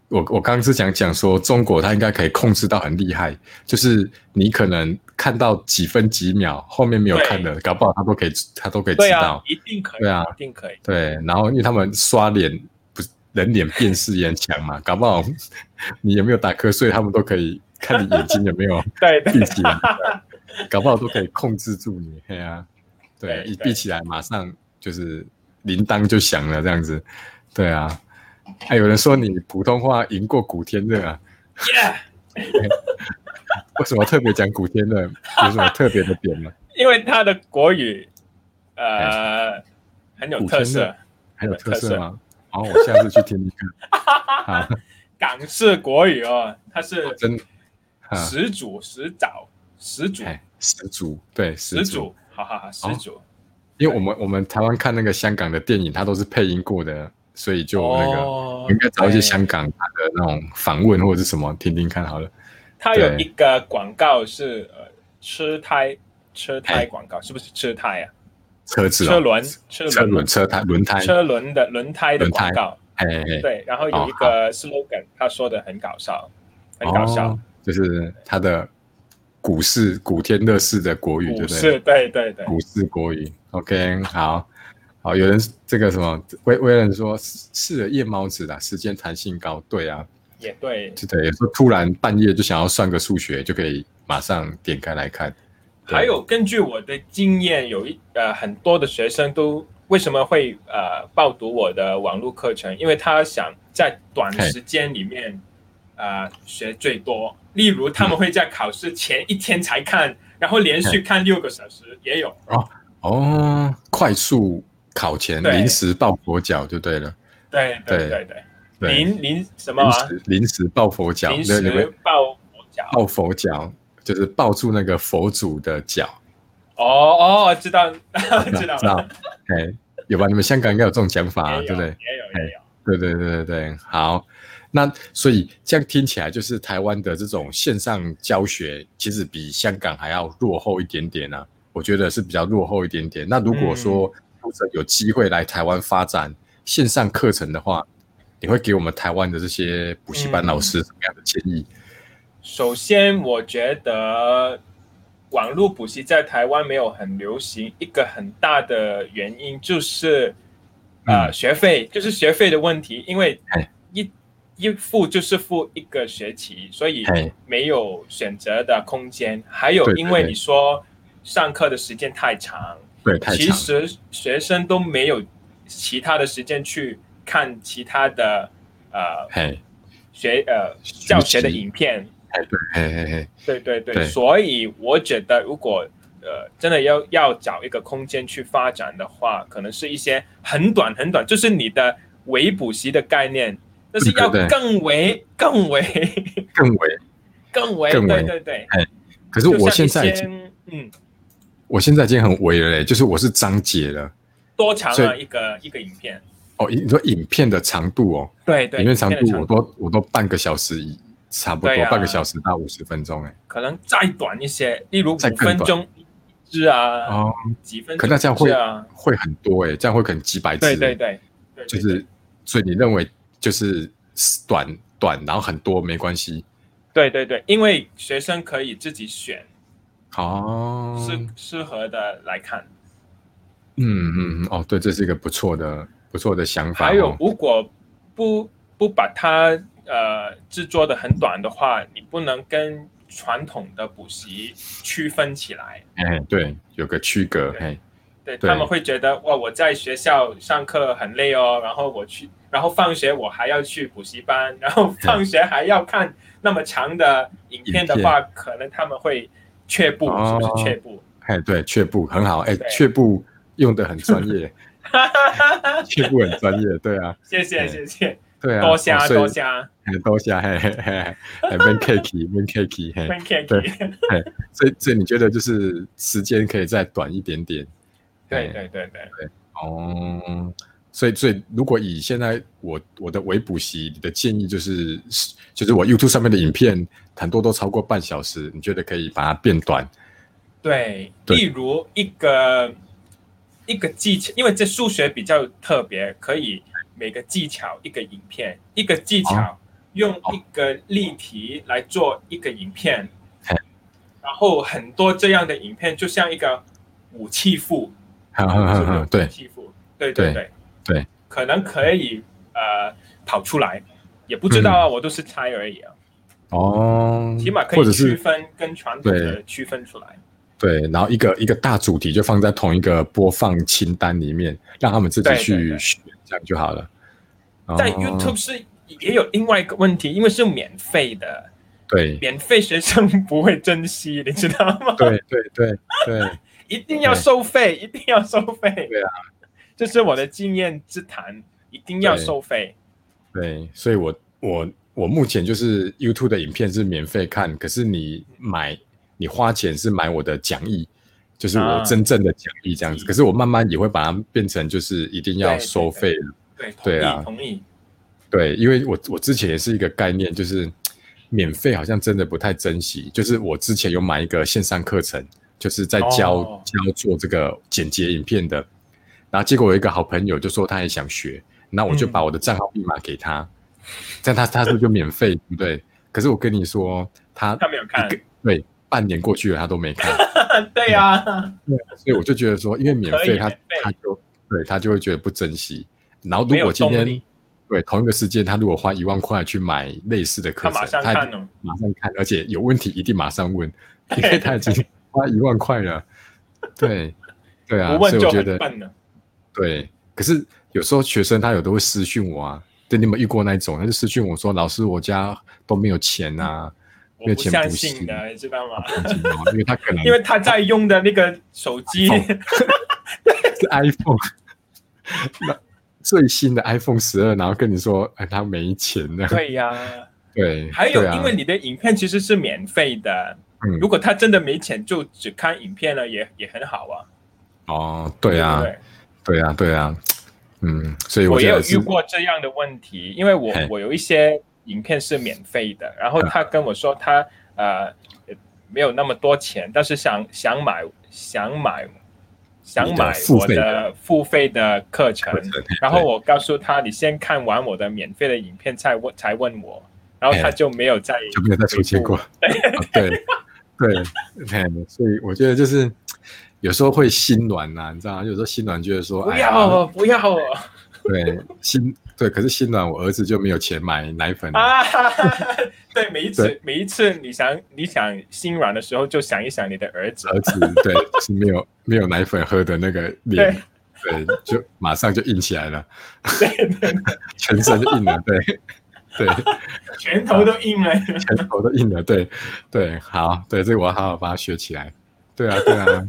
我我刚刚是想讲说，中国它应该可以控制到很厉害，就是你可能看到几分几秒，后面没有看的，搞不好他都可以，他都可以知对啊道，，一定可以，对啊一定可以，对，然后因为他们刷脸不是人脸辨识也很强嘛，搞不好 你有没有打瞌睡，他们都可以看你眼睛有没有对对 闭起来，啊搞不好都可以控制住你，嘿啊，对，对一对闭起来马上就是铃铛就响了这样子，对啊，还有人说你普通话赢过古天乐啊， ，yeah，为什么特别讲古天乐？有什么特别的点 吗？因为他的国语，呃，很哎有特古天色乐，很有特色吗？好，我下次去听 一看，好，港式国语哦，他是真，啊始祖、始早、始祖、哎，哦十足，对，十始足祖，，好好好，始祖，因为我们我们台湾看那个香港的电影，它都是配音过的，所以就那个。哦我应该找一些对香港它的那种访问或者是什么听听看好了。它有对一个广告是呃吃胎吃胎哎广告，是不是吃胎啊？车子、哦、车轮车车轮轮、车胎、轮胎，车轮的轮胎的轮广胎告，哎哎，对，然后有一个 slogan，他说的很搞笑，很搞笑哦，，就是它的股市古天乐式的国语，对股不市，对？对对对，股市国语，OK，好。好，有人这个什么威威人说是的夜猫子啦，时间弹性高，对啊，也对，就对，有时候突然半夜就想要算个数学，就可以马上点开来看。对还有根据我的经验，有一呃很多的学生都为什么会呃报读我的网络课程，因为他想在短嘿时间里面呃学最多。例如他们会在考试前一天才看，然后连续看六个小时也有。哦，快速考前对临时抱佛脚就对了，对对对对对，对，临临什么临啊？时临时抱佛脚，临对你时们抱佛脚。抱佛脚就是抱住那个佛祖的脚， 哦哦，知道知知道道了。？ 哎，有吧？你们香港应该有这种讲法、啊，对也有不对？也有也有。对对对对对，好，那所以这样听起来，就是台湾的这种线上教学，其实比香港还要落后一点点啊。我觉得是比较落后一点点。那如果说嗯读者有机会来台湾发展线上课程的话，你会给我们台湾的这些补习嗯班老师什么样的建议？首先，我觉得网络补习在台湾没有很流行，一个很大的原因就是，呃，嗯学费就是学费的问题，因为哎一一付就是付一个学期，所以哎没有选择的空间。还有对，对因为对你说上课的时间太长，对，太其长，实学生都没有其他的时间去看其他的呃嘿，学呃习教学的影片，哎对，嘿嘿嘿，对对对，对所以我觉得如果呃真的要要找一个空间去发展的话，可能是一些很短很短，就是你的微补习的概念，但是要对对对更为更为更为。更为更为对对对。可是我就像现一在已些经，嗯我现在已经很为了嘞，就是我是章节了。多长所啊以一个一个影片，哦，你说影片的长度哦，对对，影片影长片的度我都我都半个小时以差不多，对啊半个小时到五十分钟哎。可能再短一些，例如五再更分短钟是啊，哦，几分钟可那这样一会支啊，会很多哎，这样会可能几百对字。欸对对，对就对是所以你认为就是短短，然后很多没关系。对对对，因为学生可以自己选哦，适适合的来看。嗯嗯嗯，哦，对，这是一个不错的不错的想法哦。还有，如果不不把它呃制作的很短的话，你不能跟传统的补习区分起来。哎，对，有个区隔，对哎，对对他们会觉得哇，我在学校上课很累哦，然后我去，然后放学我还要去补习班， 然后放学还要看那么长的影片的话，可能他们会却步，是哦不是却步？ 哎，对，却步很好，哎对，却步用的很专业， 却步很专业，对啊，谢谢哎谢谢，对啊，多哦虾所以多啊虾哎多谢，嘿嘿嘿， 嘿，ben cake，ben cake，嘿， ，thank you。对所以所以你觉得就是时间可以再短一点点，哎对 对对对，哦，所以所以如果以现在我我的微补习，你的建议就是就是我 YouTube 上面的影片很多都超过半小时，你觉得可以把它变短？对，对例如一个一个技巧，因为这数学比较特别，可以每个技巧一个影片，一个技哦巧用一个例题来做一个影片嘿，然后很多这样的影片就像一个武器库，啊哈哈哈是不是哈，对武器库，对对对对，可能可以呃跑出来，也嗯不知道啊，我都是猜而已啊，哦，起码可或以者区是分跟传统对的区分出来。对，然后一个一个大主题就放在同一个播放清单里面，让他们自己对对去对选，这样就好了。在哦 YouTube 是也有另外一个问题，因为是免费的，对免费学生不会珍惜，你知道吗？对对对对，一定要收费，一定要收费。对啊，这是我的经验之谈，一定要收费。对，所以我我我目前就是 YouTube 的影片是免费看，可是你买你花钱是买我的讲义，就是我啊真正的讲义这样子。可是我慢慢也会把它变成就是一定要对对收费的，对，同对意，啊同意。对，因为我我之前也是一个概念，就是免费好像真的不太珍惜。就是我之前有买一个线上课程，就是在教、哦教做这个剪辑影片的，然后结果有一个好朋友就说他也想学，那我就嗯把我的账号密码给他，这样他他是不是就免费，对不对？可是我跟你说，他 他没有看一，个对半年过去了，他都没 看。对啊，所以我就觉得说，因为免可费以他免费他就对他就会觉得不珍惜。然后如没有果今动天力，对同一个时间，他如果花一万块去买类似的他课程，马上他看哦了。马上看，而且有问题一定马上 问，因对为他已经花一万块了。对对啊，不问所以就我觉很得笨了，对。可是有时候学生他有的会私讯我啊，对，你有没有遇过那一种？他就私讯我说：“老师，我家都没有钱啊，我没有不钱相补习信的，你知道吗？ 很紧哦因为他可能因为他在用的那个 手哦机，是 iPhone，那最新的 iPhone 十二，然后跟你说，哎，他没钱了。 对呀、对，还有对，啊因为你的影片其实是免费的，嗯如果他真的没钱，就只看影片了，也也很好啊。哦，对啊，对不对对啊，对啊，嗯，所以我也觉有得遇是，过这样的问题，因为我嘿嗯我有一些影片是免费的，然后他跟我说他呃没有那么多钱，但是想想买想买想买付我费的的付费的课程课程嘿，然后我告诉他你先看完我的免费的影片才问才问我，然后他嘿就没有再就没有再出现 过。啊对对，嘿所以我觉得就是有时候会心软呐、你知道吗？有时候心软觉得说，不哎呀要哦不要哦对心对，可是心软，我儿子就没有钱买奶粉了。啊！哈哈哈对，每一次对每一次你想你想心软的时候，就想一想你的儿子。儿子对是没有没有奶粉喝的那个脸，对，就马上就硬起来了，对对 全身就硬了，对对，拳头都硬了。全头都硬了，对对，好，对，这个我要好好把它学起来，对啊对啊，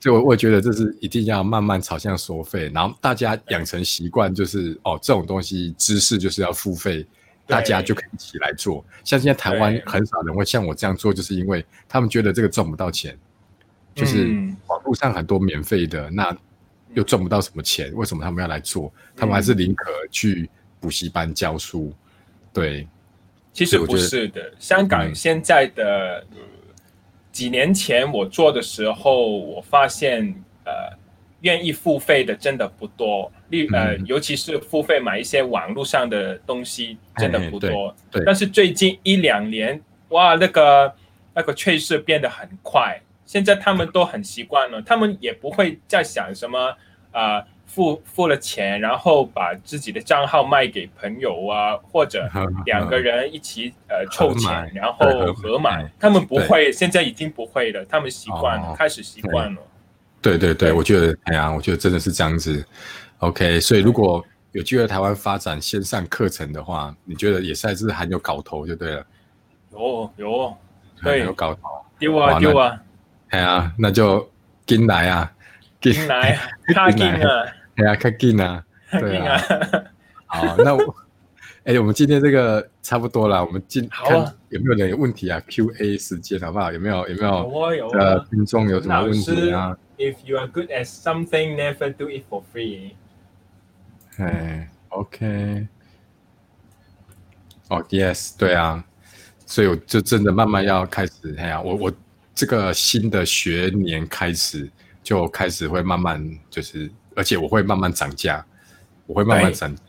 就我我觉得这是一定要慢慢朝向收费，然后大家养成习惯，就是哦这种东西知识就是要付费。大家就可以一起来做，像现在台湾对很少人会像我这样做，就是因为他们觉得这个赚不到钱，就是嗯网络上很多免费的，那又赚不到什么钱，为什么他们要来做？他们还是宁可去补习班教书。对，其实不是的，香嗯港现在的、呃几年前我做的时候，我发现呃，愿意付费的真的不多，例呃，嗯尤其是付费买一些网络上的东西真的不多。哎对对但是最近一两年，哇，那个那个趋势变得很快，现在他们都很习惯了，他们也不会再想什么啊、呃付付了钱，然后把自己的账号卖给朋友啊，或者两个人一起呃凑买钱，然后对合合买买，他们不会，现在已经不会了，他们习惯了，哦开始习惯了。对对对对，我觉得，哎呀，我觉得真的是这样子。OK，所以如果有机会台湾发展线上课程的话，你觉得也算是很有搞头就对了，有有，很对有搞头。丢啊哇 丢啊，哎呀，那就进来啊，进进来，卡进啊，哎呀，看进啊， 对进啊。啊，好，那我， 哎、我们今天这个差不多了，我们进、好啊看有没有人有问题啊？Q&A 时间好不好？有没有有没有有啊有呃啊。听众有什么问题啊？ If you are good at something, never do it for free。哎，OK，哦、y e s 对啊，所以我就真的慢慢要开始，哎呀、我我这个新的学年开始就开始会慢慢就是，而且我会慢慢涨价，我会慢慢对涨价，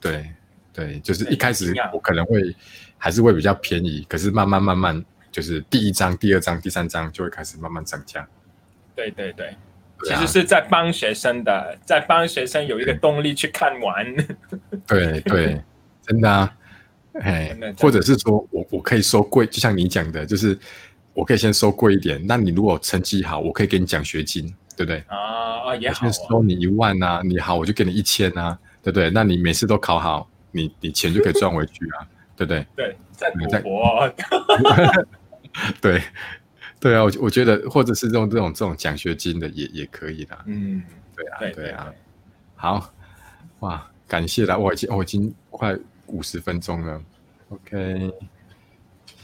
对对，就是对一开始一样我可能会还是会比较便宜，可是慢慢慢慢就是第一章、第二章、第三章就会开始慢慢涨价，对对对，对其啊实是在帮学生的，在帮学生有一个动力去看完。对啊对，真的啊，哎真的真，的或者是说我我可以收贵，就像你讲的，就是我可以先收贵一点。那你如果成绩好，我可以给你奖学金，对不对？啊啊也我好先啊，收你一万啊，你好我就给你一千啊，对不对？那你每次都考好，你你钱就可以赚回去啊，对不对？ 对，在你赌在博，对对啊，我我觉得或者是用这种这种奖学金的也也可以啦，嗯，对啊对对啊。好，哇，感谢啦，我已经我已经快五十分钟了，OK，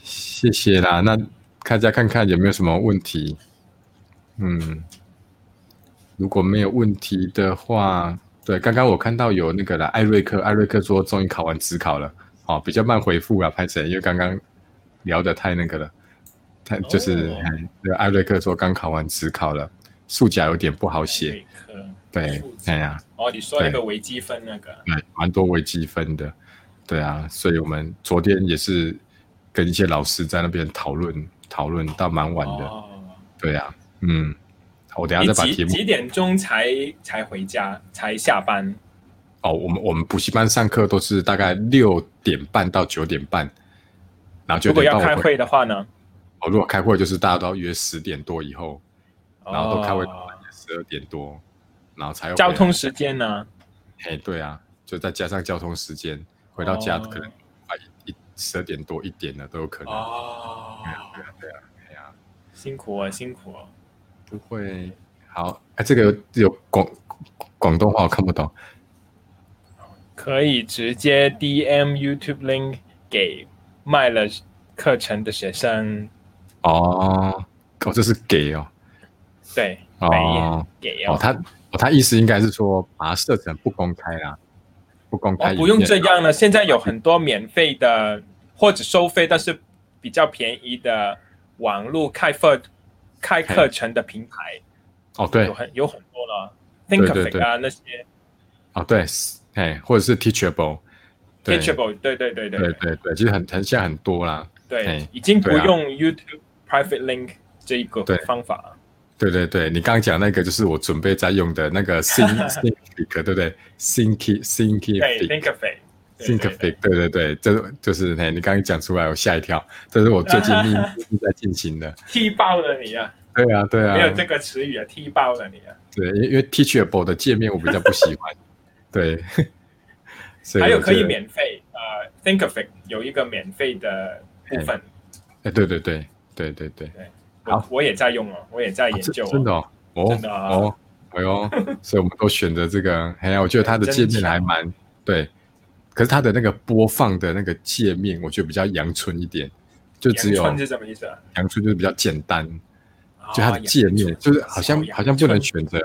谢谢啦。那大家看看有没有什么问题？嗯，如果没有问题的话，对，刚刚我看到有那个啦，艾瑞克，艾瑞克说终于考完职考了，哦，比较慢回复啊，拍谁？因为刚刚聊的太那个了，太就是、哦哎对艾瑞克说刚考完职考了，数甲有点不好写，瑞克对数，甲哎呀、哦，你说那个微积分那个，对，哎蛮多微积分的，对啊，所以我们昨天也是跟一些老师在那边讨论讨论到蛮晚的，哦，对啊，嗯，我等一你下再把几题目几点钟才才回家，才下班？哦，我们我们补习班上课都是大概六点半到九点半，然后九如果点要半开我回，会的话呢？哦，如果开会就是大家都要约十点多以后，然后都开会哦十二点多，然后才有交通时间呢？哎，对啊，就再加上交通时间，回到家哦可能快一一十二点多一点了都有可能，哦，哎呀。辛苦啊，辛苦啊！不会，好，哎、这个有有广广东话我看不懂，可以直接 DM YouTube link 给卖了课程的学生，哦，哦，这是给哦，对，哦给给哦，哦，他哦，他意思应该是说把它设成不公开啦，不公哦开、，不用这。样了，现在有很多免费的或者收费，但是比较便宜的网络开课开课程的平台，哦，对有，很有很多了对，Thinkific 啊那些哦对，是哎，或者是 Teachable，对 Teachable，对对对对对对对，其实很很现在很多啦。对哎，已经不对啊用 YouTube Private Link 这一个对方法了。对对对，你刚刚讲那个就是我准备在用的那个 Think Think，对不对？Think Think 对 Think ，Thinkific。对 Think 对 Fit，对对对，这就是嘿，你刚刚讲出来，我吓一跳，这是我最近秘 密在进行的。踢爆了你啊！对啊，对啊，没有这个词语啊，踢爆了你啊！对，因为因为 Teachable 的界面我比较不喜欢，对，所以还有我可觉以得，免费，呃，Thinkific 有一个免费的部分，哎，对对对对对对，我好我也在用哦，我也在研究真真哦，的哦，哦真的啊哦，哎 呦，所以我们都选择这个，哎呀，我觉得它的界真面巧还蛮对，可是它的那个播放的那个界面，我觉得比较阳春一点，就只有阳春是什么意思啊？阳春就是比较简单，哦就它的界面阳就春是好像哦阳好像不能选春择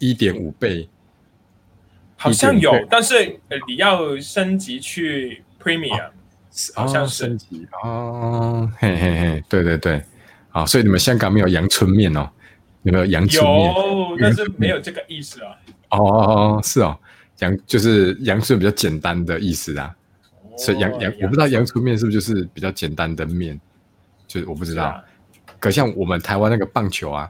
一点五倍，好像一有点，但是呃你要升级去 Premium，好像哦是升级哦，嘿嘿嘿，对对对，好，所以你们香港没有阳春面哦，有没有阳春面？有，但是没有这个意思啊。哦哦哦，是哦，阳就是阳春比较简单的意思啊，所哦以阳阳我不知道阳春面是不是就是比较简单的面，就是我不不知道。可像我们台湾那个棒球啊，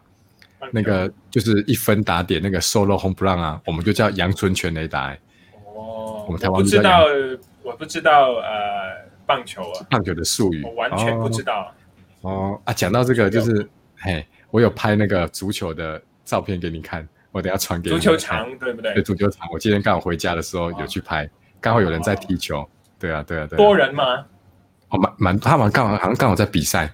那嗯个就是一分打点那个 solo home run 啊，我们就叫阳春全垒打、欸我哦，我们台湾不比较知道，我不知道呃棒球啊，棒球的术语。哦我完全不知道哦道。哦啊！讲到这个，就是嘿，我有拍那个足球的照片给你看，我等一下传给你足们球看场对不对对？足球场，我今天刚好回家的时候有去拍，刚好有人在踢球。对啊，对啊，对啊。哦多人吗？哦，蛮蛮，他们刚好好像刚好在比赛，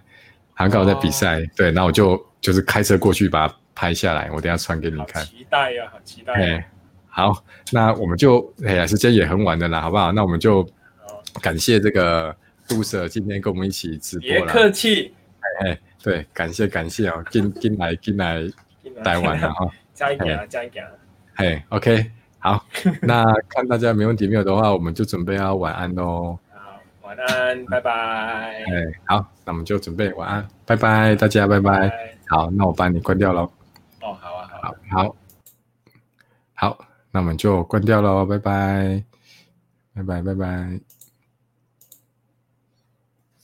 好像刚好在比赛，哦对，然后我就就是开车过去把它拍下来，我等一下传给你好看。期待呀，好期待啊。哎，好，那我们就哎呀，时间也很晚了啦，好不好？那我们就哦感谢这个杜 Sir 今天跟我们一起直播别了，客气，哎，对，感谢感谢哦，进进来进来台湾 了哈，再见啊，再见啊。嘿，OK，好，那看大家没问题没有的话，我们就准备要晚安喽，好，晚安，拜拜。哎，好，那我们就准备晚安，拜拜，大家拜拜。拜。好，那我把你关掉喽。哦，好啊，好啊。好，好，好，那我们就关掉喽，拜拜，拜拜，拜拜。